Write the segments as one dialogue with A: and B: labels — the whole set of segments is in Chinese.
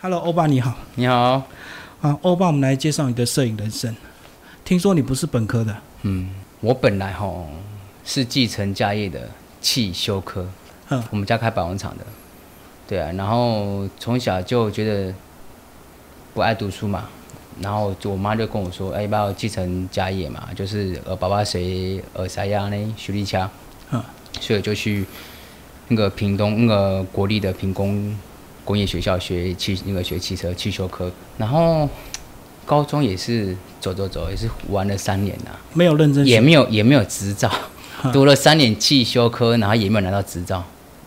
A: Hello，欧巴你好
B: 你好，
A: 啊，欧巴，我们来介绍你的摄影人生。听说你不是本科的
B: 嗯，我本来吼是继承家业的汽修科，
A: 嗯
B: 我们家开保养厂的，对啊，然后从小就觉得不爱读书嘛，然后就我妈就跟我说，哎、要不要继承家业嘛，就是呃，爸爸谁呃啥呀呢，学历差，
A: 嗯，
B: 所以就去那个屏东那个国立的屏工工业学校学汽那个学汽车汽修科，然后高中也是走走走，也是玩了三年啊呐、
A: 没有认真
B: 也
A: 学，
B: 没有也没有执照，读了三年汽修科，然后也没有拿到执照，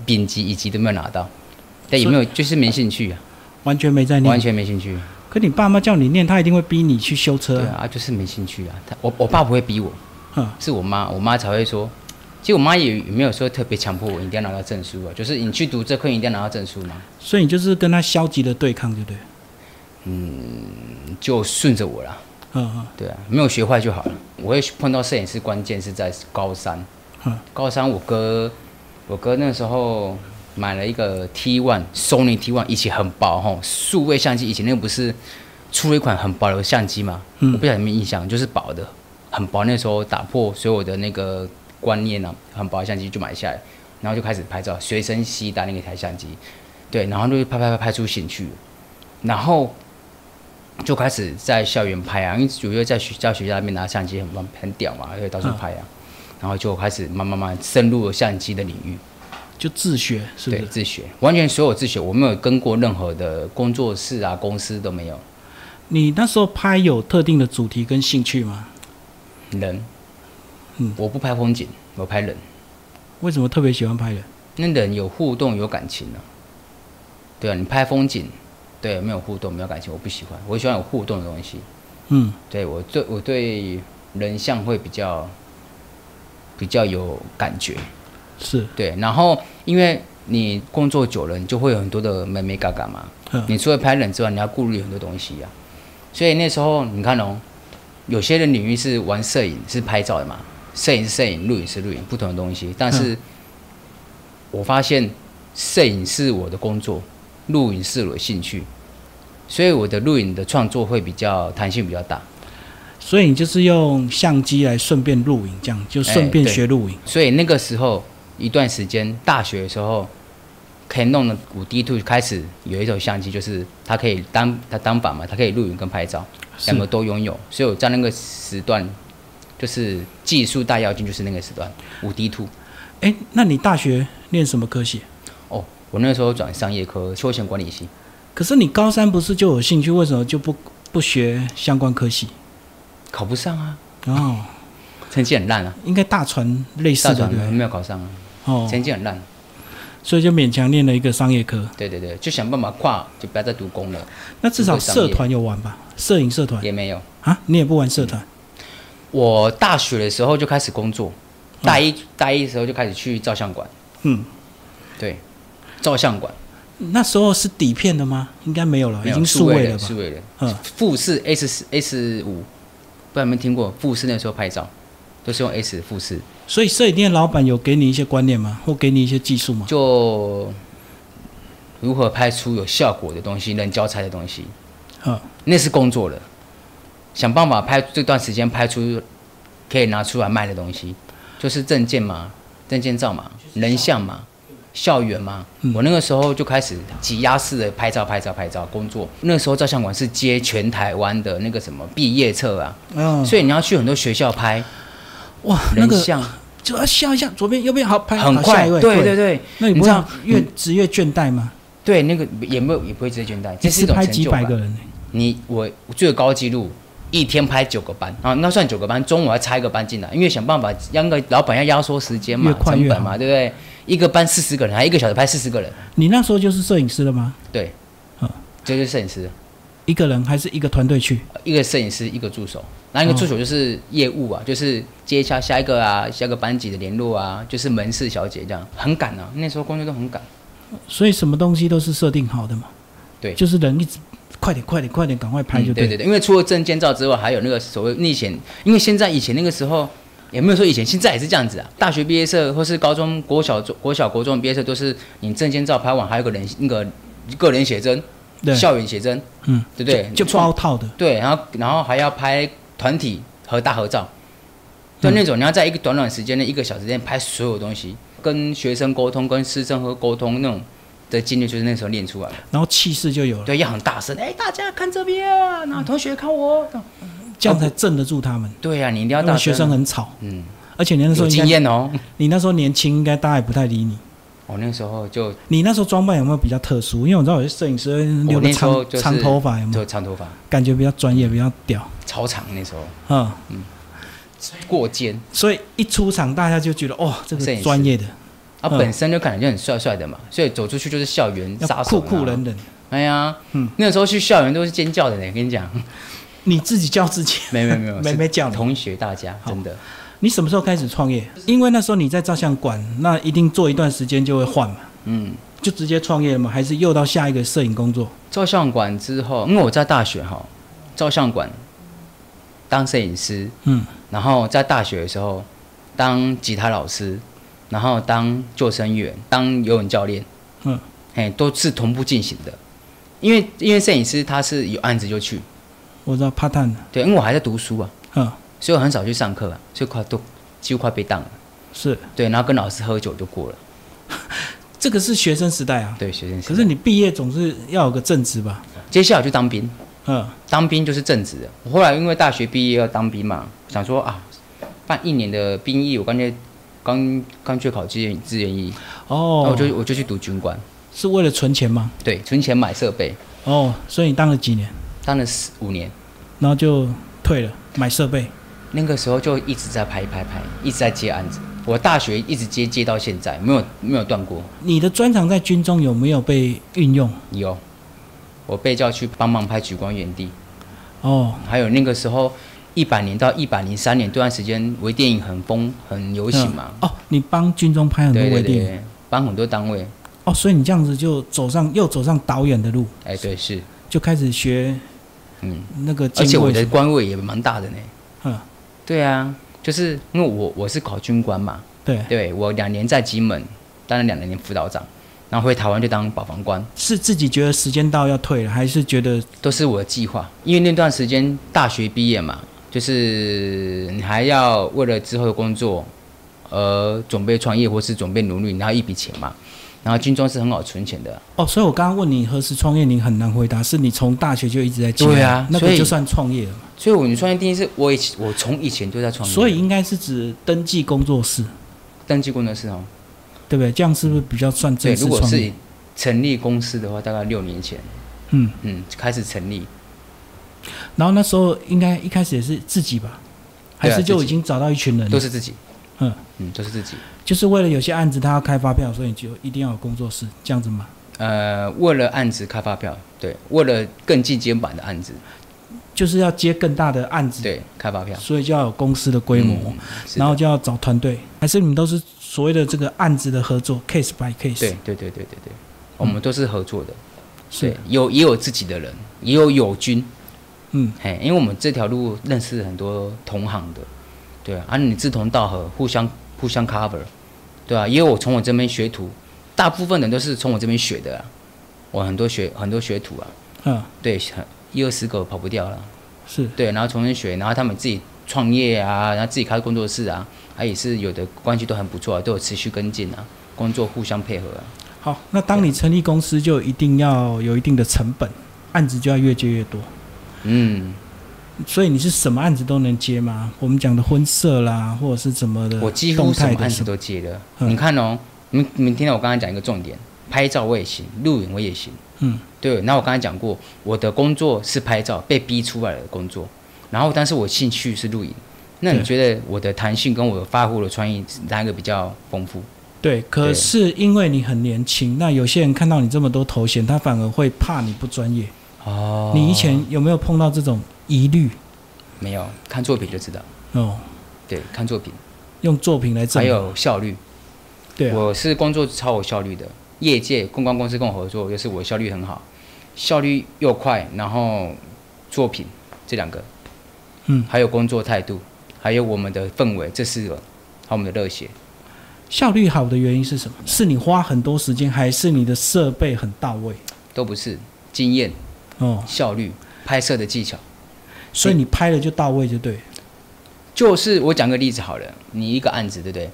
B: 丙级、乙级都没有拿到，但也没有就是没兴趣啊，
A: 完全没在
B: 完
A: 念。
B: 全没兴趣。
A: 可你爸妈叫你念，他一定会逼你去修车。
B: 对啊，就是没兴趣啊。他我我爸不会逼我，
A: 嗯
B: 是我妈，我妈才会说。其实我妈也也没有说特别强迫我一定要拿到证书啊，就是你去读这科你一定要拿到证书嘛，
A: 所以你就是跟他消极的对抗，对不对？
B: 你就顺着我啦。
A: 嗯
B: 对啊，没有学坏就好了。我会碰到摄影师，关键是在高三。
A: 嗯
B: 高三我哥，我哥那时候买了一个 T One Sony T One，以前很薄吼，数位相机以前那个不是出了一款很薄的相机嘛？
A: 嗯
B: 我不知道你们印象，就是薄的，很薄。那时候打破所有的那个观念啊，很薄的相机就买下来，然后就开始拍照，随身携带那个台相机，对，然后就拍拍拍拍出兴趣了，然后就开始在校园拍啊，因为我觉得在学在学校那边拿相机很方很屌嘛，所以到处拍啊，
A: 嗯
B: 然后就开始慢慢慢深入了相机的领域，
A: 嗯，就自学是不是？
B: 对，自学，完全所有自学，我没有跟过任何的工作室啊、公司都没有，
A: 你那时候拍有特定的主题跟兴趣吗？
B: 人，
A: 嗯
B: 我不拍风景，我拍人，
A: 为什么特别喜欢拍人？
B: 那人有互动有感情啊，对啊，你拍风景，对，没有互动没有感情，我不喜欢，我喜欢有互动的东西，
A: 嗯，
B: 对我对我对人像会比较比较有感觉，
A: 是，
B: 对，然后因为你工作久了，你就会有很多的美美嘎嘎嘛。
A: 嗯
B: 你除了拍人之外，你要顾虑很多东西呀、所以那时候你看哦，有些人领域是玩摄影是拍照的嘛，摄影是摄影，录影是录影，不同的东西。但是我发现摄影是我的工作，录影是我的兴趣，所以我的录影的创作会比较弹性比较大。
A: 所以你就是用相机来顺便录影，这样就顺便
B: 哎对
A: 学录影。
B: 所以那个时候一段时间，大学的时候，Canon 的五 D Two 开始有一种相机，就是它可以单它单反嘛，它可以录影跟拍照，
A: 是
B: 两个都拥有。所以我在那个时段，就是技术大跃进，就是那个时段五 D Two。
A: 哎，那你大学念什么科系？
B: 哦，我那时候转商业科，休闲管理系。
A: 可是你高三不是就有兴趣，为什么就不不学相关科系？
B: 考不上啊，
A: 哦，
B: 成绩很烂啊，
A: 应该大船类似
B: 大
A: 的
B: 专
A: 对不对？
B: 没有考上啊，
A: 哦，
B: 成绩很烂。
A: 所以就勉强念了一个商业科。
B: 对对对，就想办法跨，就不要再读工了，
A: 那至少
B: 不会商业
A: 社团有玩吧？
B: 嗯
A: 摄影社团
B: 也没有。
A: 啊，你也不玩社团？
B: 我大学的时候就开始工作，大一、大一的时候就开始去照相馆，
A: 嗯，
B: 对，照相馆
A: 那时候是底片的吗？应该没有了，哦
B: 没
A: 已
B: 有
A: 经数
B: 位
A: 位了吧
B: 数？位了，
A: 嗯
B: 富士 S 四 S 五，不知道你们听过富士那时候拍照，都是用 S 富士，
A: 所以摄影店老板有给你一些观念吗？或给你一些技术吗？
B: 就如何拍出有效果的东西，能交差的东西，
A: 嗯，
B: 那是工作了，想办法拍这段时间拍出可以拿出来卖的东西，就是证件嘛，证件照嘛，人像嘛，校园嘛。
A: 嗯
B: 我那个时候就开始挤压式的拍照、拍照、拍照工作。那时候照相馆是接全台湾的那个什么毕业册啊，
A: 嗯，
B: 所以你要去很多学校拍
A: 哇，那
B: 人
A: 个
B: 像，
A: 就要笑一下，左边右边好拍，
B: 很
A: 好下
B: 快，
A: 一位。
B: 对对，对
A: 那你不
B: 你
A: 知
B: 知道
A: 道越职业倦怠吗？
B: 对，那个也没有也不会直接倦怠，这
A: 一
B: 是一
A: 次
B: 种
A: 拍
B: 成
A: 几
B: 就
A: 百
B: 感
A: 个。人呢，
B: 你我最高纪录一天拍九个班啊，那算九个班，中午还插一个班进来，因为想办法让个老板要压缩时间嘛
A: 越，快越
B: 成本嘛，对不对？一个班四十个人，还一个小时拍四十个人，
A: 你那时候就是摄影师了吗？
B: 对
A: 嗯，
B: 这就是摄影师，
A: 一个人还是一个团队去？
B: 一个摄影师，一个助手，然后一个助手就是业务啊，就是接一下下一个啊，下一个班级的联络啊，就是门市小姐这样，很赶啊，那时候工作都很赶，
A: 所以什么东西都是设定好的嘛。
B: 对
A: 就是人一直快点、快点、快点，赶快拍就
B: 嗯对
A: 对。
B: 对，因为除了证件照之外，还有那个所谓逆显，因为现在以前那个时候也没有说以前，现在也是这样子啊。大学毕业社或是高中、国小、国小、国中毕业社都是你证件照拍完，还有个人那个个人写真，
A: 对
B: 校园写真，
A: 嗯，
B: 对不对？
A: 就就包套的，
B: 对，然后然后还要拍团体和大合照，就那种你要在一个短短时间内一个小时内拍所有东西，跟学生沟通、跟师生和沟通那种的经历，就是那时候练出来的。
A: 然后气势就有了，
B: 对，要很大声，哎，大家看这边啊，然后同学看我。
A: 这样才镇得住他们。
B: 对呀、你一定要
A: 因
B: 哦大
A: 为
B: 声。啊
A: 学生很吵，
B: 嗯，
A: 而且你那时
B: 有
A: 候
B: 经
A: 应该，
B: 验哦。
A: 你那时候年轻，应该大家也不太理你。
B: 我那时候就
A: 你那时候装扮有没有比较特殊？因为我知道有些摄影师哎留
B: 我
A: 个
B: 那时候
A: 长
B: 就是
A: 长头发，有没有
B: 就长头发，
A: 感觉比较专业，比较屌？
B: 超长那时候
A: 嗯，
B: 过肩，
A: 所以一出场大家就觉得哇、这
B: 摄影师
A: 个专业的
B: 啊，
A: 嗯
B: 本身就感觉就很帅帅的嘛，所以走出去就是校园杀
A: 要
B: 手
A: 酷
B: 啊
A: 酷冷。冷，
B: 哎呀，
A: 嗯
B: 那时候去校园都是尖叫的呢，跟你讲，
A: 你自己叫自己。
B: 没有没有
A: 妹
B: 没有，
A: 妹
B: 没
A: 叫你
B: 同学大家
A: 好
B: 真的，
A: 你什么时候开始创业？因为那时候你在照相馆，那一定做一段时间就会换嘛，
B: 嗯，
A: 就直接创业了吗？还是又到下一个摄影工作？
B: 照相馆之后，因为我在大学哈，照相馆当摄影师，
A: 嗯，
B: 然后在大学的时候当吉他老师，然后当救生员，当游泳教练，
A: 嗯，
B: 哎，都是同步进行的，因为因为摄影师他是有案子就去，
A: 我知道 part time 的，
B: 对，因为我还在读书啊，
A: 嗯，
B: 所以我很少去上课、啊，所以快都几乎快被当了，
A: 是
B: 对，然后跟老师喝酒就过了，
A: 这个是学生时代啊。
B: 对，学生时代。
A: 可是你毕业总是要有个正职吧？
B: 接下来我去当兵，
A: 嗯，
B: 当兵就是正职的。我后来因为大学毕业要当兵嘛，想说啊，办一年的兵役，我干脆刚刚去考志愿志愿役，那、
A: 哦
B: 我，就我就去读军官，
A: 是为了存钱吗？
B: 对，存钱买设备，
A: 哦，所以你当了几年，
B: 当了四五年，
A: 然后就退了，买设备。
B: 那个时候就一直在拍拍拍，一直在接案子。我大学一直接接到现在，没有没有断过。
A: 你的专长在军中有没有被运用？
B: 有，我被叫去帮忙拍《举光原地》，
A: 哦，
B: 还有那个时候一百年到一百零三年这段时间，微电影很风很流行嘛，
A: 嗯哦，你帮军中嗯拍很多
B: 对对
A: 微电影
B: 对，帮很多单位，
A: 哦，所以你这样子就走上又走上导演的路，
B: 哎，对是，
A: 就开始学
B: 嗯，
A: 那个
B: 而且
A: 敬
B: 我
A: 畏
B: 的
A: 什么。
B: 官位也蛮大的呢。
A: 嗯，
B: 对啊，就是因为我我是考军官嘛，
A: 对，
B: 对我两年在金门当了两年辅导长，然后回台湾就当保防官，
A: 是自己觉得时间到要退了，还是觉得
B: 都是我的计划。因为那段时间大学毕业嘛，就是你还要为了之后的工作而准备创业或是准备努力，你要一笔钱嘛。然后军中是很好存钱的，
A: 哦？所以我刚刚问你何时创业，你很难回答，是你从大学就一直在接
B: 对啊
A: 那
B: 所
A: 个
B: 以
A: 就算创业了嘛。
B: 所以我你创业第一是我以前我从以前就在创业，
A: 所以应该是指登记工作室，
B: 登记工作室哦，
A: 对不对？这样是不是比较算
B: 对，
A: 正式
B: 如果
A: 创
B: 是
A: 业？
B: 以成立公司的话，大概六年前，
A: 嗯，
B: 嗯，开始成立，
A: 然后那时候应该一开始也是自己吧，还
B: 对啊
A: 是就
B: 自
A: 已
B: 己
A: 经找到一群人了
B: 都是自己，
A: 嗯
B: 嗯，都是自己。
A: 就是为了有些案子他要开发票，所以你就一定要有工作室这样子嘛。
B: 呃，为了案子开发票，对，为了更进阶版的案子，
A: 就是要接更大的案子，
B: 对，开发票
A: 所以就要有公司的规模，
B: 嗯是的
A: 然后就要找团队，还是你们都是所谓的这个案子的合作，case by case，
B: 对，对对对对对，我们都是合作的，对
A: 嗯是，，
B: 有也有自己的人，也有友军，
A: 嗯，
B: 嘿，因为我们这条路认识很多同行的，对啊，啊你志同道合，互相互相 cover，对啊，也有我从我这边学徒，大部分人都是从我这边学的啊，我很多学很多学徒啊，
A: 嗯，
B: 对，很一二十个跑不掉了，
A: 是，
B: 对，然后从那边学，然后他们自己创业啊，然后自己开工作室啊，啊也是有的关系都很不错、啊，都有持续跟进啊，工作互相配合啊，
A: 好，那当你成立公司，就一定要有一定的成本，案子就要越接越多，
B: 嗯，
A: 所以你是什么案子都能接吗？我们讲的婚摄啦，或者是什么的，
B: 我几乎
A: 动
B: 什
A: 态
B: 么
A: 的
B: 案子
A: 什么，
B: 都接的。
A: 嗯
B: 你看哦，你你们听到我刚才讲一个重点，拍照我也行，录影我也行。
A: 嗯，
B: 对。那我刚才讲过，我的工作是拍照，被逼出来的工作。然后，但是我兴趣是录影。那你
A: 对
B: 觉得我的弹性跟我的发挥的创意哪一个比较丰富？
A: 对。可
B: 对
A: 是因为你很年轻，那有些人看到你这么多头衔，他反而会怕你不专业。
B: 哦
A: 你以前有没有碰到这种疑虑？
B: 没有看作品就知道，
A: 哦，
B: 对，看作品，
A: 用作品来证
B: 还
A: 明。
B: 有效率。
A: 对啊、
B: 我是工作超有效率的，业界公关公司跟我合作，就是我效率很好，效率又快，然后作品这两个，
A: 嗯，
B: 还有工作态度，还有我们的氛围，这四个，还有我们的热血，
A: 效率好的原因是什么？是你花很多时间，还是你的设备很到位？
B: 都不是经验、
A: 哦，
B: 效率、拍摄的技巧。
A: 所以你拍了就到位就对。
B: 就是我讲个例子好了，你一个案子对不对？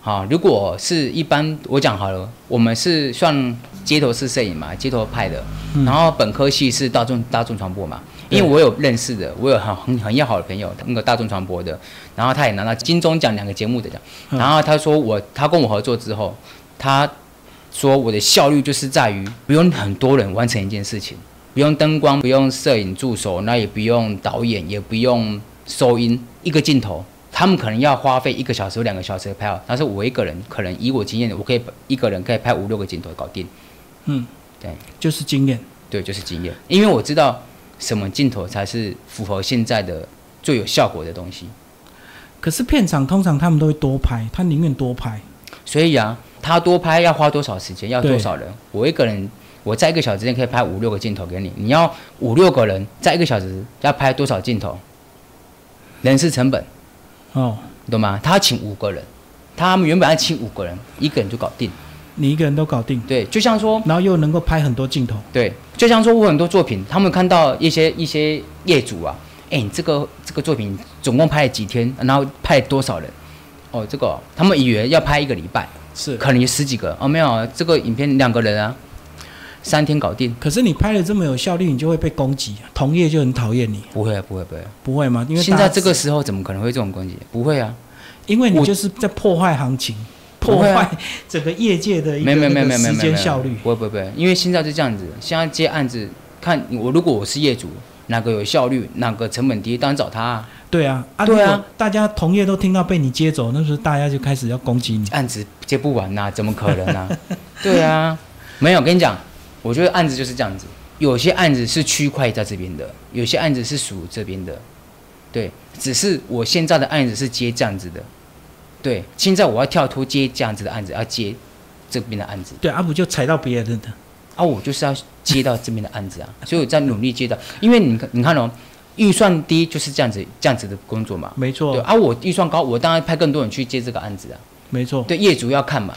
B: 好，如果是一般我讲好了，我们是算街头式摄影嘛，街头派的，
A: 嗯
B: 然后本科系是大众大众传播嘛，因为
A: 对
B: 我有认识的，我有很很很要好的朋友，那个大众传播的，然后他也拿到金钟奖两个节目的奖，
A: 嗯
B: 然后他说我他跟我合作之后，他说我的效率就是在于不用很多人完成一件事情，不用灯光，不用摄影助手，那也不用导演，也不用收音，一个镜头，他们可能要花费一个小时、两个小时拍好，但是我一个人可能以我经验，我可以一个人可以拍五六个镜头搞定。
A: 嗯，
B: 对，
A: 就是经验。
B: 对，就是经验，因为我知道什么镜头才是符合现在的最有效果的东西。
A: 可是片场通常他们都会多拍，他宁愿多拍。
B: 所以啊，他多拍要花多少时间，要
A: 对
B: 多少人？我一个人，我在一个小时内可以拍五六个镜头给你。你要五六个人在一个小时要拍多少镜头？人事成本，
A: 哦，
B: 你懂吗？他请五个人，他们原本要请五个人，一个人就搞定。
A: 你一个人都搞定，
B: 对，就像说，
A: 然后又能够拍很多镜头。
B: 对，就像说我很多作品，他们看到一些一些业主啊，哎、你这个这个作品总共拍了几天，然后拍了多少人？哦，这个哦、他们以为要拍一个礼拜。
A: 是
B: 可能有十几个哦，没有，这个影片两个人啊，三天搞定，
A: 可是你拍的这么有效率，你就会被攻击，同业就很讨厌你，
B: 不会啊，不会不会啊，
A: 不会吗？因为
B: 现
A: 大
B: 在
A: 家
B: 这个，时候怎么可能会这种攻击？不会啊，
A: 因为你
B: 我
A: 就是在破坏行情，
B: 不
A: 破
B: 会啊
A: 坏整个业界的一
B: 没
A: 个
B: 有没有没
A: 那
B: 有没
A: 个
B: 有没有
A: 时
B: 没有
A: 间，效率。
B: 不会不会不会，因为现在就这样子，现在接案子看我，如果我是业主，哪个有效率，哪个成本低，当然找他、啊，
A: 对啊，啊，
B: 对啊，
A: 大家同业都听到被你接走，那时候大家就开始要攻击你。
B: 案子接不完呐、怎么可能 啊？对啊，没有，跟你讲，我觉得案子就是这样子，有些案子是区块在这边的，有些案子是属这边的，对，只是我现在的案子是接这样子的，对，现在我要跳脱接这样子的案子，要接这边的案子
A: 对，啊不就踩到别人的，
B: 啊，我就是要接到这边的案子啊， 所以我在努力接到，因为你看，你看哦，预算低就是这样子这样子的工作嘛，
A: 没
B: 对
A: 错，
B: 啊，我预算高，我当然派更多人去接这个案子啊，
A: 没错，
B: 对，业主要看嘛。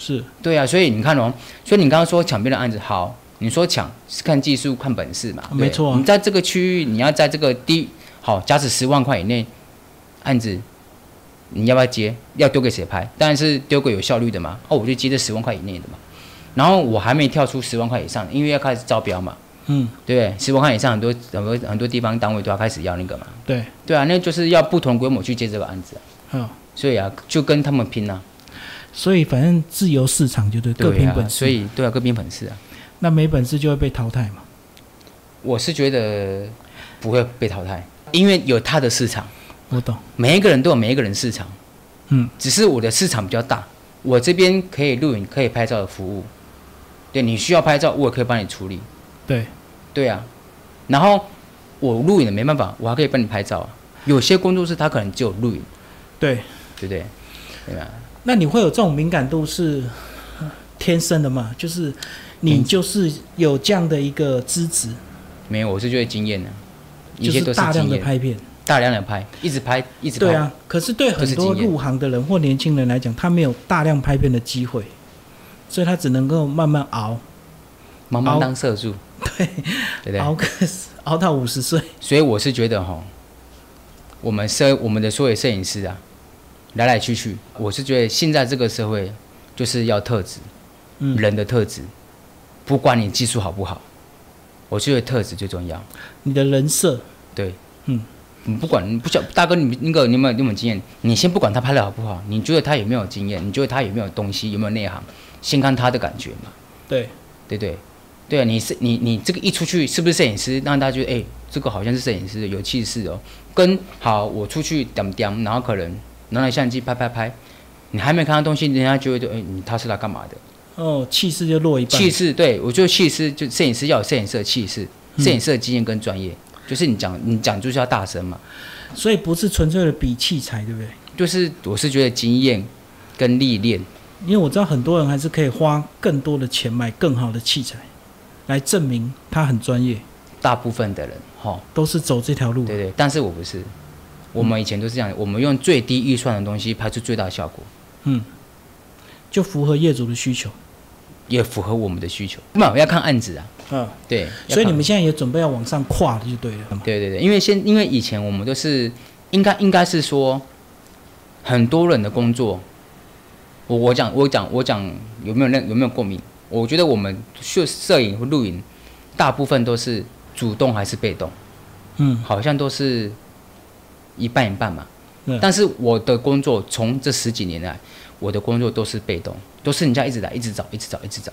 A: 是
B: 对啊，所以你看哦，所以你刚刚说抢别人案子好，你说抢是看技术、看本事嘛，对
A: 没错啊
B: 你在这个区域，你要在这个低好，假使十万块以内案子，你要不要接？要丢给谁拍？当然是丢给有效率的嘛。哦，我就接这十万块以内的嘛。然后我还没跳出十万块以上，因为要开始招标嘛，
A: 嗯，
B: 对不对？十万块以上，很多很多很多地方单位都要开始要那个嘛。
A: 对，
B: 对啊，那就是要不同规模去接这个案子啊、
A: 嗯，
B: 所以啊，就跟他们拼啊，
A: 所以反正自由市场就对，各
B: 对
A: 凭
B: 啊
A: 本，事，
B: 所以对啊，各凭本事啊。
A: 那没本事就会被淘汰嘛。
B: 我是觉得不会被淘汰，因为有它的市场，
A: 我懂，
B: 每一个人都有每一个人市场，
A: 嗯，
B: 只是我的市场比较大，我这边可以录影、可以拍照的服务，对你需要拍照，我也可以帮你处理，
A: 对，
B: 对啊，然后我录影的没办法，我还可以帮你拍照啊。有些工作室他可能只有录影，
A: 对。
B: 对不对？对吧？
A: 那你会有这种敏感度是呃天生的吗？就是你
B: 嗯
A: 就是有这样的一个资质，
B: 没有，我是觉得经验呢、啊，一
A: 就
B: 切都
A: 是
B: 是
A: 大量
B: 经
A: 的
B: 验，
A: 拍片。
B: 大量的拍，一直拍，一直拍，
A: 对啊，可是对很多
B: 都是经验
A: 入行的人或年轻人来讲，他没有大量拍片的机会，所以他只能够慢慢熬，
B: 慢慢
A: 熬
B: 当社畜，对，对不对？
A: 熬个 熬到五十岁。
B: 所以我是觉得哈，我们摄我们的所有摄影师啊，来来去去，我是觉得现在这个社会就是要特质，
A: 嗯，
B: 人的特质，不管你技术好不好，我觉得特质最重要。
A: 你的人设，
B: 对，
A: 嗯，
B: 你不管你不晓大哥你那个你有没有你有没有经验，你先不管他拍的好不好，你觉得他有没有经验，你觉得他有没有东西，有没有内涵，先看他的感觉嘛，
A: 对，
B: 对不对？对啊，你是你你这个一出去是不是摄影师？让大家觉得哎、这个好像是摄影师，有气势哦。跟好我出去点点，然后可能拿来相机拍拍拍，你还没看到东西，人家就会觉得哎、你他是来干嘛的？
A: 哦，气势就落一半。
B: 气势，对我觉得气势就摄影师要有摄影师的气势，
A: 嗯
B: 摄影师的经验跟专业，就是你讲你讲就是要大声嘛，
A: 所以不是纯粹的比器材，对不对？
B: 就是我是觉得经验跟历练，
A: 因为我知道很多人还是可以花更多的钱买更好的器材，来证明他很专业，
B: 大部分的人哈。吼
A: 都是走这条路。
B: 对对，但是我不是，我们以前都是这样的，我们用最低预算的东西拍出最大的效果，
A: 嗯就符合业主的需求。
B: 也符合我们的需求。没有要看案子啊，
A: 嗯，
B: 对，要
A: 所以
B: 考
A: 你们现在也准备要往上跨了，就对了。
B: 对对对，因为现因为以前我们都是应该应该是说，很多人的工作，我我讲我讲我讲有没有那有没有共鸣？我觉得我们摄摄影或录影，大部分都是主动还是被动，
A: 嗯，
B: 好像都是一半一半嘛
A: 对。
B: 但是我的工作从这十几年来，我的工作都是被动，都是人家一直来，一直找，一直找，一直找。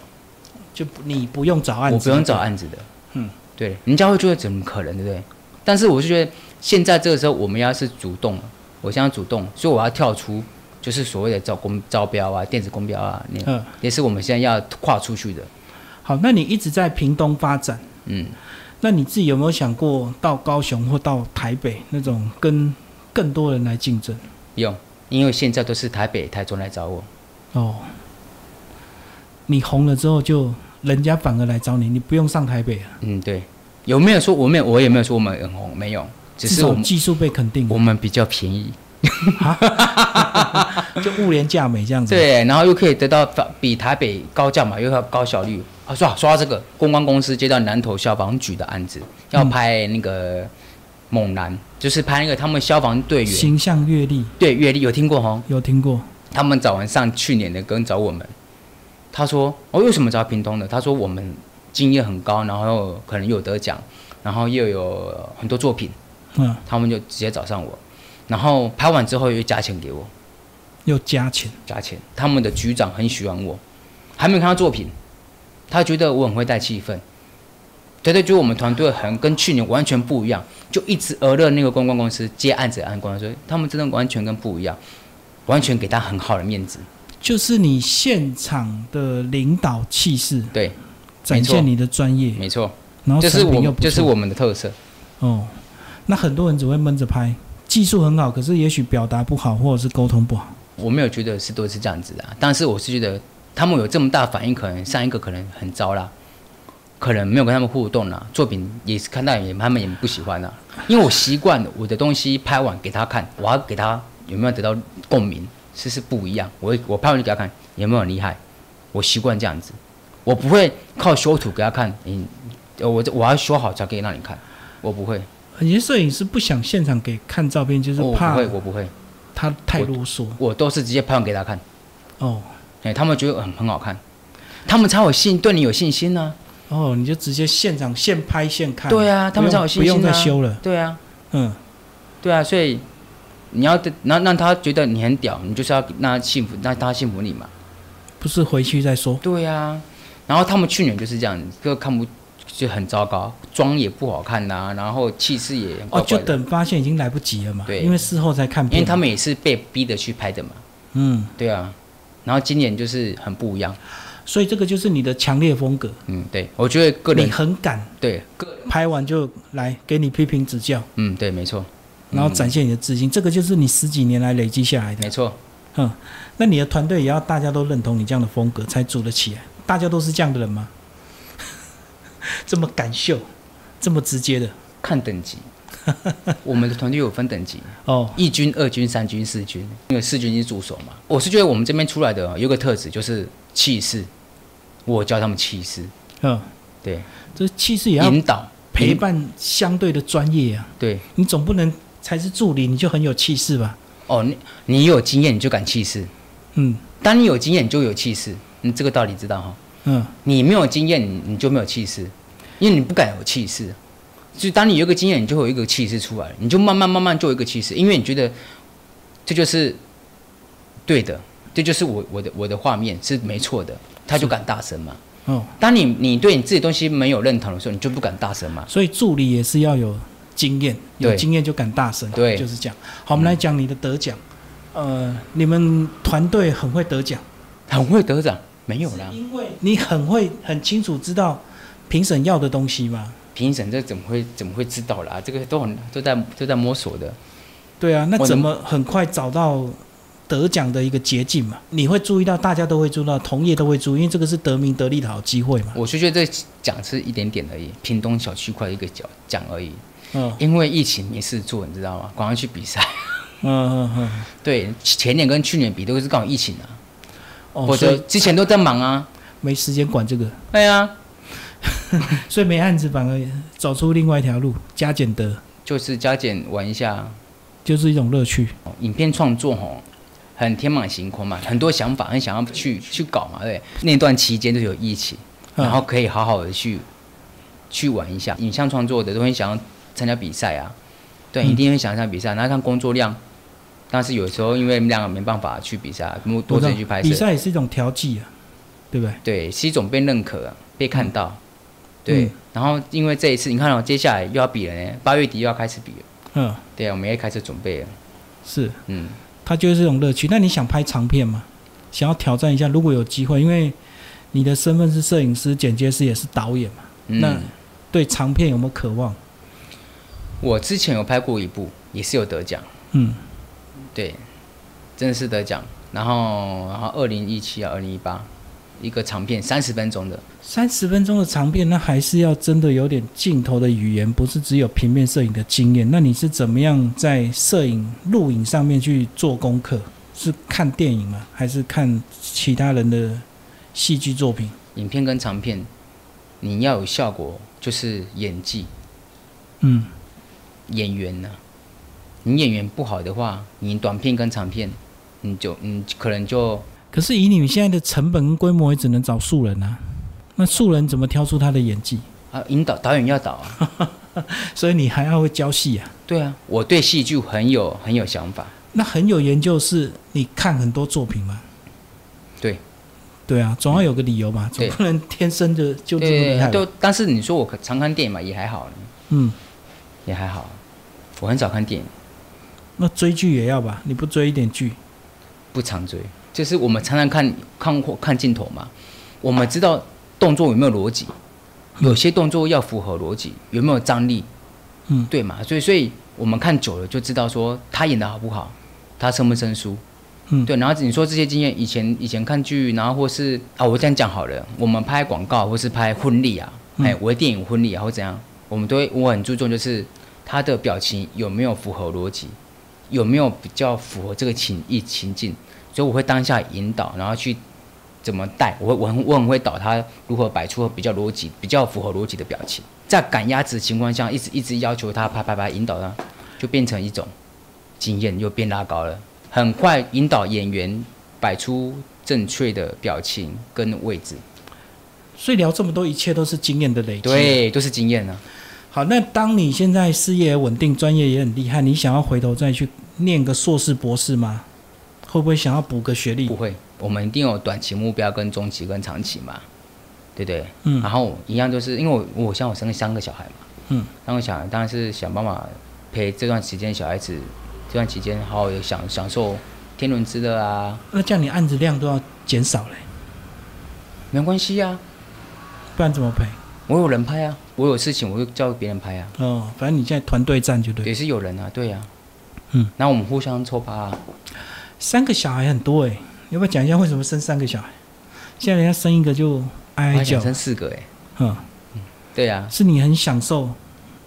A: 就不你不用找案子，
B: 我不用找案子的。
A: 嗯，
B: 对，人家会觉得怎么可能，对不对？但是我是觉得现在这个时候，我们要是主动，我现在主动，所以我要跳出，就是所谓的招公招标啊、电子公标啊，那
A: 嗯，
B: 也是我们现在要跨出去的。
A: 好，那你一直在屏东发展，
B: 嗯，
A: 那你自己有没有想过到高雄或到台北那种跟更多人来竞争？
B: 用，因为现在都是台北、台中来找我，
A: 哦，你红了之后就人家反而来找你，你不用上台北了，
B: 嗯，对，有没有说我没有，我也没有说我们很红，没有，只
A: 至
B: 是
A: 少
B: 我们
A: 技术被肯定
B: 我，们比较便宜，
A: 就物廉价美这样子。
B: 嗯对，然后又可以得到比台北高价嘛，又要高效率。啊，说到说到这个，公关公司接到南投消防局的案子，要拍那个猛男，就是拍那个他们消防队员
A: 形象阅历
B: 对阅历，有听过吼？
A: 有听过，
B: 他们找完上去年的跟找我们，他说哦，为什么找屏东的？他说我们经验很高，然后可能又有得奖，然后又有很多作品，
A: 嗯，
B: 他们就直接找上我，然后拍完之后又加钱给我，
A: 又加钱，
B: 加钱。他们的局长很喜欢我，还没有看到作品，他觉得我很会带气氛，对对，觉得我们团队很跟去年完全不一样，就一直讹了那个公关公司接案子的安官，所以他们真的完全跟不一样，完全给他很好的面子。
A: 就是你现场的领导气势，
B: 对，
A: 展
B: 没错
A: 现你的专业，
B: 没错，
A: 然后
B: 这是
A: 成品又
B: 我
A: 不
B: 这是
A: 错
B: 我们的特色。
A: 哦，那很多人只会闷着拍，技术很好，可是也许表达不好，或者是沟通不好。
B: 我没有觉得是都是这样子的、啊，但是我是觉得他们有这么大反应，可能上一个可能很糟啦，可能没有跟他们互动啦，作品也是看到也他们也不喜欢啦，因为我习惯了我的东西拍完给他看，我要给他有没有得到共鸣，是是不一样，我会我拍完就给他看有没有很厉害，我习惯这样子，我不会靠修图给他看，你呃我这我要修好才可以让你看，我不会，
A: 有些摄影师不想现场给看照片，就是
B: 我哦不
A: 怕
B: 会我不会，
A: 他太啰嗦
B: 我都是直接拍完给他看。
A: 哦
B: 哎、他们觉得很很好看，他们才有信对你有信心呢、
A: 哦，你就直接现场现拍现看。
B: 对啊他们
A: 不用
B: 才有信心啊
A: 不用再修了。
B: 对啊，
A: 嗯，
B: 对啊，所以你要让让他觉得你很屌，你就是要让他信服，让他信服你嘛。
A: 不是回去再说。
B: 对啊，然后他们去年就是这样，就看不就很糟糕，妆也不好看呐、然后气势也怪
A: 哦，
B: 嗯怪
A: 就
B: 的，
A: 等发现已经来不及了嘛，
B: 对
A: 因为事后才看
B: 因
A: 片。
B: 为他们也是被逼的去拍的嘛。
A: 嗯，
B: 对啊，然后今年就是很不一样。
A: 所以这个就是你的强烈风格，
B: 嗯，对，我觉得个
A: 你
B: 人
A: 很敢
B: 对个
A: 拍完就来给你批评指教，
B: 嗯对，没错，
A: 然后展现你的自信，这个就是你十几年来累积下来的
B: 没。错，
A: 嗯，那你的团队也要大家都认同你这样的风格才组得起来。大家都是这样的人吗？ 这么敢秀，这么直接的
B: 看等 级。我们的团队有分等级，
A: 哦，
B: 一军、二军、三军、四军，因为四军是驻守嘛。我是觉得我们这边出来的有一个特质就是气势，我教他们气势，
A: 嗯，
B: 对，
A: 这气势也要
B: 引导
A: 陪
B: 引
A: 伴相对的专业啊。
B: 对。
A: 你总不能才是助理你就很有气势吧？
B: 哦，你你有经验你就敢气势，
A: 嗯
B: 当你有经验你就有气势，你这个道理知道哈？
A: 嗯，
B: 你没有经验你你就没有气势，因为你不敢有气势。就当你有一个经验，你就会有一个气势出来，你就慢慢慢慢就有一个气势，因为你觉得这就是对的，这就是我我的我的画面是没错的，他就敢大声嘛。
A: 哦，
B: 当你你对你自己的东西没有认同的时候，你就不敢大声嘛。
A: 所以助理也是要有经验，有
B: 对
A: 经验就敢大声，
B: 对
A: 就是这样。好，我们来讲你的得奖。呃，你们团队很会得奖。
B: 很会得奖，没有啦
A: 是。因为你很会很清楚知道评审要的东西嘛。
B: 评审这怎么会怎么会知道啦？这个都很都在都在摸索的。
A: 对啊，那
B: 我能
A: 怎么很快找到得奖的一个捷径嘛？你会注意到，大家都会注意到，同业都会注意，因为这个是得名得利的好机会嘛。
B: 我就觉得这奖是一点点而已，屏东小区块一个奖奖而已。
A: 嗯
B: 因为疫情没事做，你知道吗？赶快去比赛。
A: 嗯嗯嗯，
B: 对，前年跟去年比都是刚好疫情啊，
A: 哦，
B: 或
A: 所
B: 者
A: 以
B: 之前都在忙啊。
A: 没时间管这个。
B: 对啊，
A: 所以没案子反而走出另外一条路，加减得
B: 就是加减玩一下。
A: 就是一种乐趣。
B: 哦影片创作吼，很天马行空嘛，很多想法，很想要去去搞嘛，对不对。那段期间就有疫情，
A: 嗯
B: 然后可以好好的去去玩一下。影像创作的都很想要参加比赛啊，对，
A: 嗯
B: 一定会想要参加比赛。然后看工作量，但是有时候因为两个没办法去比赛，多多
A: 我
B: 自
A: 知
B: 己
A: 道
B: 去拍
A: 比
B: 摄，
A: 赛也是一种调剂啊，对不对？
B: 对，是一种被认可、啊、被看到。对
A: 嗯，
B: 然后因为这一次，你看哦，接下来又要比了呢，八月底又要开始比了，
A: 嗯，
B: 对啊，我们也开始准备了，
A: 是，
B: 嗯，
A: 它就是一种乐趣。那你想拍长片吗？想要挑战一下，如果有机会，因为你的身份是摄影师、剪接师，也是导演嘛，
B: 嗯
A: 那对长片有没有渴望？
B: 我之前有拍过一部，也是有得奖，
A: 嗯，
B: 对，真的是得奖。然后，然后二零一七啊，二零一八，一个长片三十分钟的，
A: 三十分钟的长片，那还是要真的有点镜头的语言，不是只有平面摄影的经验。那你是怎么样在摄影、录影上面去做功课？是看电影吗？还是看其他人的戏剧作品？
B: 影片跟长片，你要有效果，就是演技、
A: 嗯，
B: 演员呢、你演员不好的话，你短片跟长片，你就你可能就
A: 可是以你们现在的成本跟规模，也只能找素人啊。那素人怎么挑出他的演技？
B: 啊引导导演要导啊，
A: 所以你还要会教戏啊。
B: 对啊，我对戏剧很有很有想法，
A: 那很有研究是，你看很多作品嘛？
B: 对，嗯
A: 对啊，总要有个理由吧，总
B: 对
A: 不能天生的就这么厉
B: 对
A: 害吧。
B: 都但是你说我常看电影嘛，也还好，
A: 嗯，
B: 也还好，我很少看电影。
A: 那追剧也要吧？你不追一点剧，
B: 不常追，就是我们常常看看或看镜头嘛，我们知道动作有没有逻辑，有些动作要符合逻辑，有没有张力，
A: 嗯，
B: 对嘛？所以所以我们看久了就知道说他演的好不好，他生不生疏，
A: 嗯，，
B: 对。然后你说这些经验，以前以前看剧，然后或是啊，我这样讲好了，我们拍广告或是拍婚礼啊，
A: 嗯
B: 哎、我的电影婚礼啊或怎样，我们都会我很注重就是他的表情有没有符合逻辑，有没有比较符合这个情意情境，所以我会当下引导，然后去怎么带，我会我很我很会导他如何摆出比较逻辑、比较符合逻辑的表情，在赶鸭子的情况下，一直一直要求他啪啪啪引导他，就变成一种经验又变拉高了，很快引导演员摆出正确的表情跟位置，
A: 所以聊这么多，一切都是经验的累积。，
B: 对，都是经验啊。
A: 好，那当你现在事业也稳定，专业也很厉害，你想要回头再去念个硕士、博士吗？会不会想要补个学历
B: 不？会，我们一定有短期目标、跟中期、跟长期嘛，对不对？
A: 嗯
B: 然后一样就是因为我我像我生了三个小孩嘛，
A: 嗯，
B: 三个小孩当然是想办法陪这段时间小孩子，这段期间好好的享享受天伦之乐啊，
A: 那这样你案子量都要减少嘞，
B: 没关系啊，
A: 不然怎么赔？
B: 我有人拍啊，我有事情我就叫别人拍啊，
A: 哦，反正你现在团队战就对了。
B: 也是有人啊，对啊，
A: 嗯，
B: 那我们互相抽趴啊，
A: 三个小孩很多哎、要不要讲一下为什么生三个小孩？现在人家生一个就哀哀
B: 我还想
A: 叫，
B: 生四个哎、
A: 嗯，
B: 对啊，
A: 是你很享受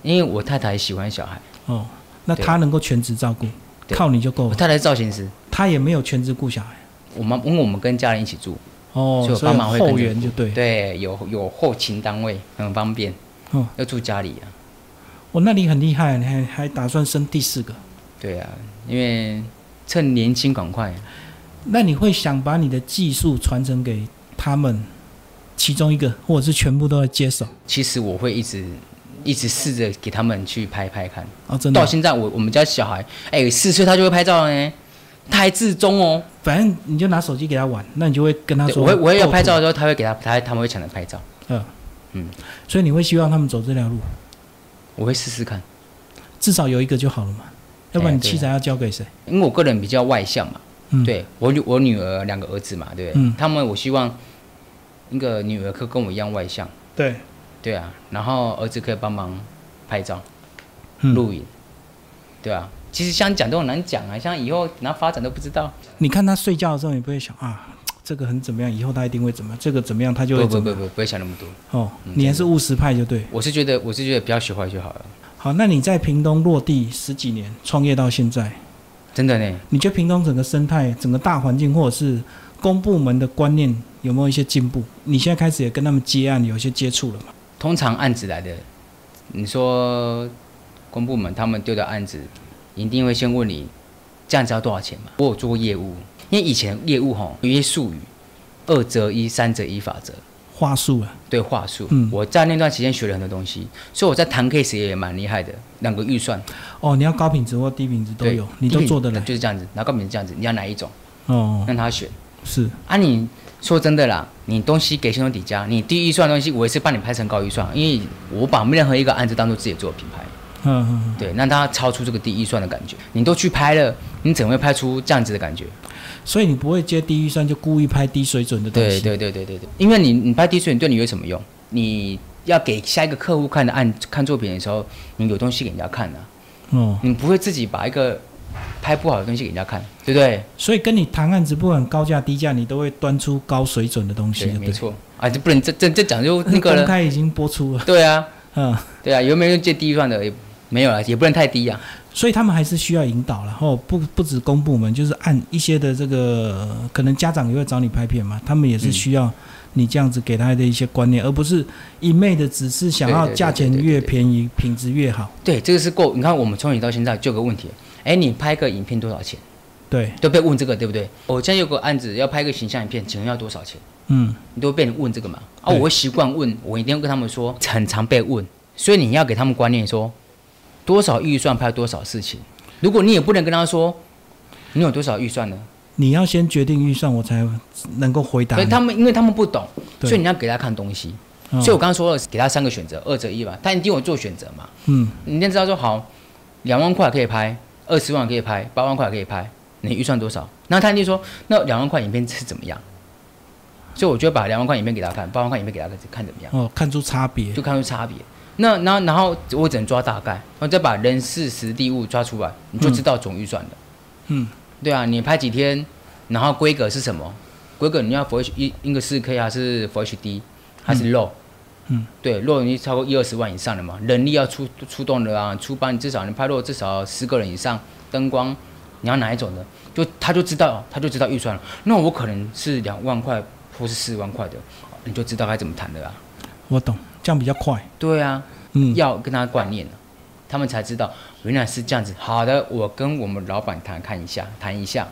B: 因为我太太喜欢小孩，
A: 哦，那他能够全职照顾，
B: 对
A: 靠你就够
B: 我
A: 了。
B: 太太是造型师，
A: 他也没有全职顾小孩
B: 我妈因为我们跟家人一起住，
A: 哦，
B: 所以我
A: 所以
B: 爸妈会跟
A: 后
B: 着
A: 援就对。
B: 对，有有后勤单位，很方便。
A: 嗯
B: 要住家里啊。
A: 我、哦那你很厉害，你还还打算生第四个？
B: 对啊，因为趁年轻赶快。
A: 那你会想把你的技术传承给他们其中一个，或者是全部都来接手？
B: 其实我会一直一直试着给他们去拍拍看。
A: 哦，真的
B: 到
A: 哦，
B: 现在我我们家小孩，哎，四岁他就会拍照了呢，他还自中哦。
A: 反正你就拿手机给他玩，那你就会跟他
B: 对
A: 说，哦嗯
B: 我会我会要拍照的，时嗯候，他会给他他他们会抢着拍照，
A: 所以你会希望他们走这条路，
B: 我会试试看。
A: 至少有一个就好了嘛，要不然你
B: 哎对啊
A: 器材要交给谁？
B: 因为我个人比较外向嘛，
A: 嗯，，
B: 对我女我女儿两个儿子嘛，对不对？
A: 嗯
B: 他们我希望那个女儿可以跟我一样外向，
A: 对，
B: 对啊，然后儿子可以帮忙拍照。
A: 嗯
B: 录影，对啊，其实像讲都很难讲啊，像以后怎样发展都不知道。
A: 你看他睡觉的时候，你不会想啊，这个很怎么样，以后他一定会怎么样，这个怎么样，他就
B: 不
A: 会
B: 不
A: 怎
B: 不
A: 么
B: 不
A: 样。
B: 不，不会想那么多。
A: 哦，
B: 嗯
A: 你还是务实派就对。
B: 我是觉得，我是觉得不要学坏就好了，
A: 好，那你在屏东落地十几年，创业到现在，
B: 真的呢。
A: 你觉得屏东整个生态、整个大环境，或者是公部门的观念有没有一些进步？你现在开始也跟他们接案，有一些接触了嘛？
B: 通常案子来的，你说公部门他们丢的案子，一定会先问你这样子要多少钱嘛？我有做过业务，因为以前业务吼有一些术语，二折一、三折一法则，
A: 话术啊，
B: 对话术。
A: 嗯
B: 我在那段时间学了很多东西，所以我在谈 case 也蛮厉害的，两个预算
A: 哦，你要高品质或低品质都
B: 对
A: 有，你都做得来
B: 就是这样子。然后根本是这样子，你要哪一种，
A: 哦，
B: 让他选。
A: 是
B: 啊，你说真的啦，你东西给信用底价，你低预算的东西，我也是帮你拍成高预算，因为我把任何一个案子当做自己做的品牌，
A: 嗯嗯嗯。
B: 对，让它超出这个低预算的感觉。你都去拍了，你怎么会拍出这样子的感觉？
A: 所以你不会接低预算就故意拍低水准的东
B: 对
A: 西。
B: 对对对对对，因为你你拍低水，你对你有什么用？你要给下一个客户看的案看作品的时候，你有东西给人家看啊，
A: 哦，
B: 你不会自己把一个拍不好的东西给人家看，对不对？
A: 所以跟你谈案子，不管高价低价，你都会端出高水准的东西，
B: 对，
A: 对不
B: 没
A: 对？
B: 错啊，这不能这这这讲就那
A: 那
B: 个
A: 公
B: 了，
A: 开已经播出了，
B: 对啊，
A: 嗯，
B: 对啊，有没有人借低预算的？也没有啊，也不能太低啊。
A: 所以他们还是需要引导啦，然后不不止公部门，就是按一些的这个，呃可能家长也会找你拍片嘛，他们也是需要你这样子给他的一些观念，而不是一昧的只是想要
B: 对对对
A: 价钱
B: 对对对
A: 越
B: 对
A: 便宜，品质越好。
B: 对，这个是够。你看，我们从以前到现在就有个问题，哎，你拍个影片多少钱？
A: 对，
B: 都被问这个，对不对？我现在有个案子要拍个形象影片，请问要多少钱？
A: 嗯，
B: 你都会被人问这个嘛？啊，
A: 对
B: 我会习惯问，我一定会跟他们说，很常被问，所以你要给他们观念说，多少预算拍多少事情。如果你也不能跟他说，你有多少预算呢？
A: 你要先决定预算，我才能够回答
B: 所
A: 你。
B: 以他们，因为他们不懂，
A: 对
B: 所以你要给他看东西。
A: 嗯
B: 所以我刚刚说了，给他三个选择，二择一嘛，他一定有做选择嘛。
A: 嗯，
B: 你先知道说好，两万块可以拍，二十万可以拍，八万块可以拍，你预算多少？那他就说，那两万块影片是怎么样？所以我就把两万块影片给他看，八万块影片给他看，看怎么样，
A: 哦，看出差别
B: 就看出差别。那然后然后我只能抓大概，然后再把人事实地物抓出来，你就知道总预算了。
A: 嗯嗯，
B: 对啊，你拍几天，然后规格是什么？规格你要 Full H 一应该四 K 还是 Full HD 还是 Low？
A: 嗯
B: 对，如果你超过一二十万以上的嘛，人力要出出动的啊，出班至少你拍落至少十个人以上，灯光你要哪一种的，就他就知道，他就知道预算了。那我可能是两万块或是四万块的，你就知道该怎么谈的啊。
A: 我懂，这样比较快。
B: 对啊，
A: 嗯，
B: 要跟他观念啊他们才知道原来是这样子。好的，我跟我们老板谈看一下，谈一下，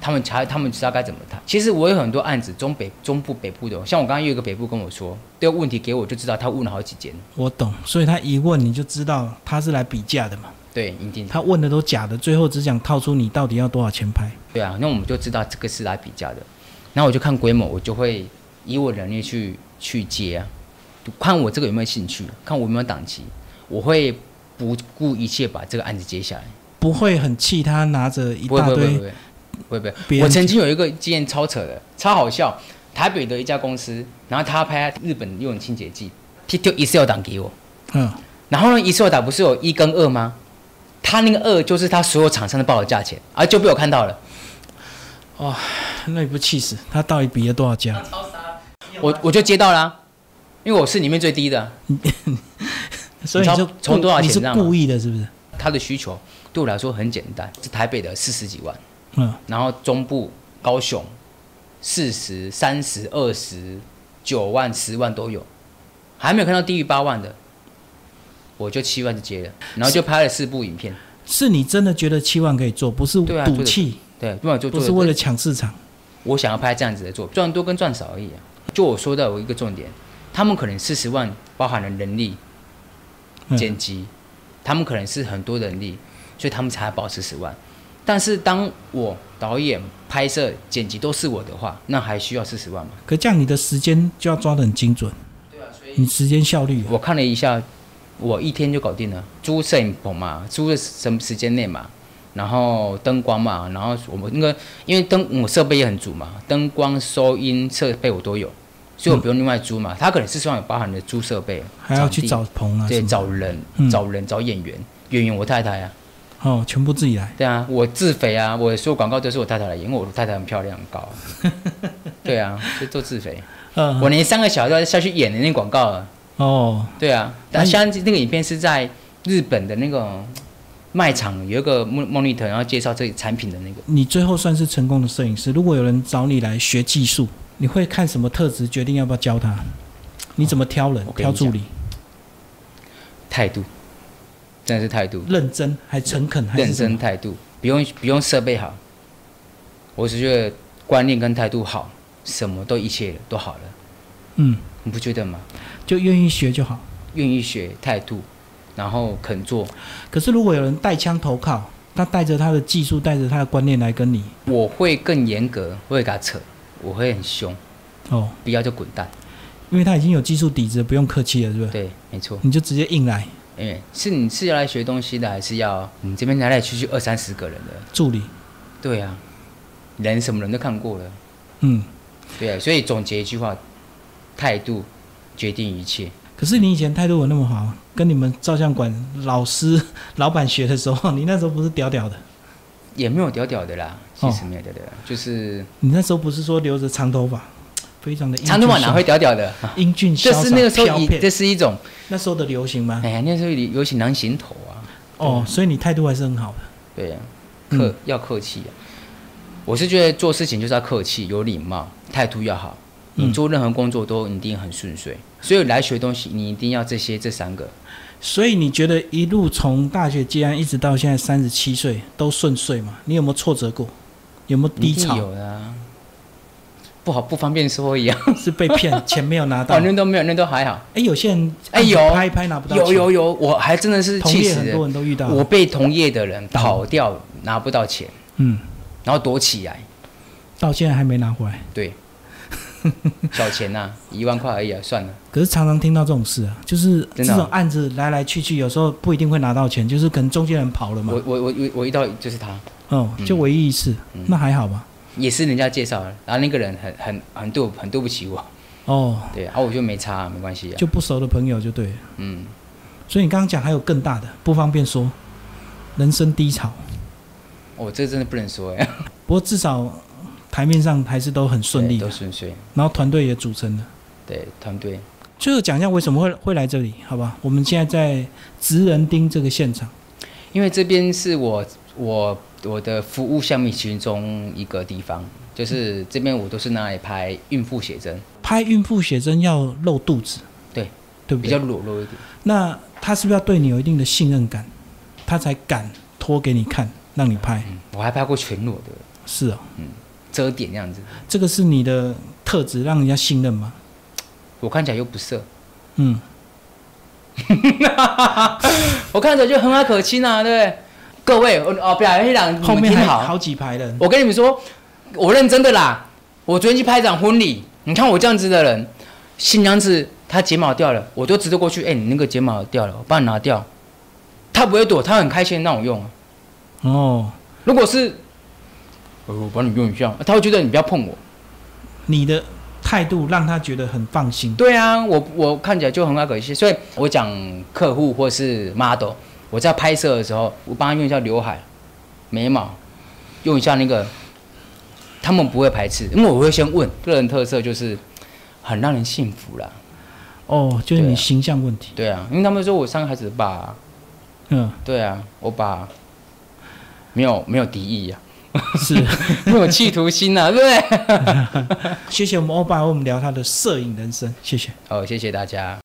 B: 他们才他们知道该怎么谈。其实我有很多案子，中北中部北部的，哦像我刚刚有一个北部跟我说，丢问题给我就知道他问了好几间，
A: 我懂，所以他一问你就知道他是来比价的嘛，
B: 对，一定
A: 他问的都假的，最后只想套出你到底要多少钱拍。
B: 对啊，那我们就知道这个是来比价的。然后我就看规模，我就会以我能力去去接啊，就看我这个有没有兴趣，看我有没有档期，我会不顾一切把这个案子接下来。
A: 不会很气他拿着一
B: 不会
A: 大
B: 不会
A: 堆
B: 不会不会不
A: 别
B: 会。
A: 人
B: 我曾经有一个经验超扯的，超好笑。台北的一家公司，然后他拍日本用清洁剂，他丢 Excel 档给我，
A: 嗯
B: 然后呢，Excel 档不是有一跟二吗？他那个二就是他所有厂商都报的价钱，而、就被我看到了。
A: 那你不气死他？到底比了多少价？
B: 我我就接到啦、因为我是里面最低的。啊
A: 所以你
B: 你知
A: 就
B: 道从多少钱
A: 你是
B: 这样吗啊
A: 故意的，是不是？
B: 他的需求对我来说很简单，是台北的四十几万，
A: 嗯，
B: 然后中部高雄四十三十二十九万十万都有，还没有看到低于八万的，我就七万就接了，然后就拍了四部影片，
A: 是你真的觉得七万可以做，不是
B: 对啊
A: 赌气，
B: 对，啊不然就
A: 不
B: 做
A: 是为了抢市场。
B: 我想要拍这样子的作品，赚多跟赚少而已、啊。就我说的有一个重点，他们可能四十万包含了人力、
A: 嗯
B: 剪辑，他们可能是很多人力，所以他们才保持十万。但是当我导演、拍摄、剪辑都是我的话，那还需要四十万吗？
A: 可这样你的时间就要抓得很精准，
B: 对啊，所以
A: 你时间效率啊
B: 我看了一下，我一天就搞定了，租摄影棚嘛，租的什么时间内嘛，然后灯光嘛，然后我们那个因为灯我设备也很足嘛，灯光、收音设备我都有，所以我不用另外租嘛。他可能是希望有包含的租设备，
A: 还要去
B: 场
A: 找棚啊
B: 地，
A: 什
B: 对，
A: 么，
B: 找人
A: 嗯，
B: 找人，找演员，演员我太太啊，
A: 哦，全部自己来。
B: 对啊，我自肥啊，我所有广告都是我太太来演，因为我太太很漂亮，很 高，啊对啊，就都自肥，
A: 嗯，
B: 我连三个小时都要下去演的那广告了。啊
A: 哦，
B: 对啊，
A: 那
B: 但
A: 你
B: 像那个影片是在日本的那个卖场有一个 mon- monitor，然后介绍这个产品的那个。
A: 你最后算是成功的摄影师。如果有人找你来学技术，你会看什么特质决定要不要教他？你怎么挑人
B: 哦我、跟
A: 挑
B: 你讲
A: 助理？
B: 态度，真的是态度，
A: 认真还诚恳还
B: 认
A: 是什
B: 真
A: 么？
B: 态度，不用不用设备好，我只觉得观念跟态度好，什么都一切都好了，
A: 嗯，
B: 你不觉得吗？
A: 就愿意学就好。
B: 愿意学态度，然后肯做，
A: 可是如果有人带枪投靠，他带着他的技术，带着他的观念来跟你，
B: 我会更严格，我会给他扯，我会很凶，
A: 哦，
B: 不要就滚蛋。
A: 因为他已经有技术底子，不用客气了，是不是？
B: 对，没错，
A: 你就直接硬来，
B: 因为是你是要来学东西的，还是要你这边来来去去二三十个人的？
A: 助理，
B: 对啊，人什么人都看过了，
A: 嗯。
B: 对啊，所以总结一句话，态度决定一切。
A: 可是你以前态度有那么好，跟你们照相馆老师、 老板学的时候，你那时候不是屌屌的？
B: 也没有屌屌的啦，
A: 哦
B: 其实没有屌屌的，就是
A: 你那时候不是说留着长头发，非常的英俊
B: 长头发哪
A: 潇
B: 会屌屌的？
A: 英俊潇
B: 这
A: 洒
B: 是那个时候
A: 飘嗯
B: 以
A: 撇
B: 这是一种，
A: 那时候的流行吗？
B: 哎呀，那时候流行狼行头啊，
A: 哦，所以你态度还是很好的。
B: 对呀、
A: 嗯
B: 客、要客气、啊。我是觉得做事情就是要客气、有礼貌，态度要好。
A: 嗯
B: 你做任何工作都一定很顺遂，所以来学东西你一定要这些这三个。
A: 所以你觉得一路从大学接案一直到现在三十七岁都顺遂吗？你有没有挫折过？有没有低
B: 一定
A: 潮？
B: 有的啊，不好不方便说啊一样，
A: 是被 骗，钱没有拿到？
B: 反
A: 哎、
B: 正都没有，哦那都还好。
A: 有些人
B: 哎有
A: 拍一拍拿不到钱，
B: 有有有，我还真的是
A: 同
B: 气
A: 业
B: 死
A: 很多
B: 了，
A: 人都遇到。
B: 我被同业的人跑掉，拿不到钱，
A: 嗯，
B: 然后躲起来，
A: 到现在还没拿回来。
B: 对，小钱呐、一万块而已啊，算了，
A: 可是常常听到这种事啊，就是这
B: 真的啊
A: 种案子来来去去，有时候不一定会拿到钱，就是可能中间人跑了嘛
B: 我。我我我我遇到就是他，
A: 哦，就唯一一次，
B: 嗯
A: 那还好吧。
B: 也是人家介绍的，然后那个人很很很对我很对不起我，
A: 哦，
B: 对，然、后我就没差、没关系、啊，
A: 就不熟的朋友就对了。
B: 嗯，
A: 所以你刚刚讲还有更大的，不方便说，人生低潮。
B: 我、哦这真的不能说哎、
A: 不过至少台面上还是都很顺利的
B: 对都，顺遂，
A: 然后团队也组成了。
B: 对团队，
A: 最后讲一下为什么会会来这里，好吧？我们现在在职人町这个现场，
B: 因为这边是我我我的服务项目其中一个地方，就是这边我都是拿来拍孕妇写真，
A: 拍孕妇写真要露肚子，
B: 对，
A: 对不
B: 比
A: 对？
B: 较裸露一点。
A: 那他是不是要对你有一定的信任感，他才敢拖给你看，让你拍？
B: 嗯，我还拍过全裸的
A: 是哦，
B: 遮点那样子，
A: 这个是你的特质，让人家信任吗？
B: 我看起来又不色，
A: 嗯，
B: 我看起来就很和蔼可亲啊，对不对？各位，我哦，不要黑狼，
A: 后
B: 你们
A: 面
B: 听
A: 还
B: 好，
A: 好几排人，
B: 我跟你们说，我认真的啦。我昨天去拍一场婚礼，你看我这样子的人，新娘子她睫毛掉了，我都直接过去，哎、你那个睫毛掉了，我帮你拿掉。她不会躲，她很开心让我用。
A: 哦，
B: 如果是，呃我帮你用一下，她会觉得你不要碰我。
A: 你的态度让他觉得很放心。
B: 对啊，我我看起来就很爱可惜，所以我讲客户或是 model，我在拍摄的时候，我帮他用一下刘海、眉毛，用一下那个，他们不会排斥，因为我会先问，个人特色就是很让人信服啦。
A: 哦，就是
B: 对
A: 你
B: 啊
A: 形象问题。
B: 对啊，因为他们说我三个孩子的爸啊，
A: 嗯，
B: 对啊，我爸没有没有敌意啊，
A: 是。
B: 没有企图心啊，对不对？
A: 谢谢我们欧巴，为我们聊他的摄影人生，谢谢。
B: 好，谢谢大家。